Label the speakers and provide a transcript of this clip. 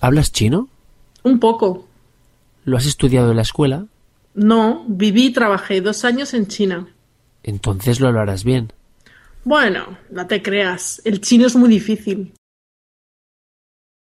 Speaker 1: ¿Hablas chino?
Speaker 2: Un poco.
Speaker 1: ¿Lo has estudiado en la escuela?
Speaker 2: No, viví y trabajé dos años en China.
Speaker 1: Entonces lo hablarás bien.
Speaker 2: Bueno, no te creas, el chino es muy difícil.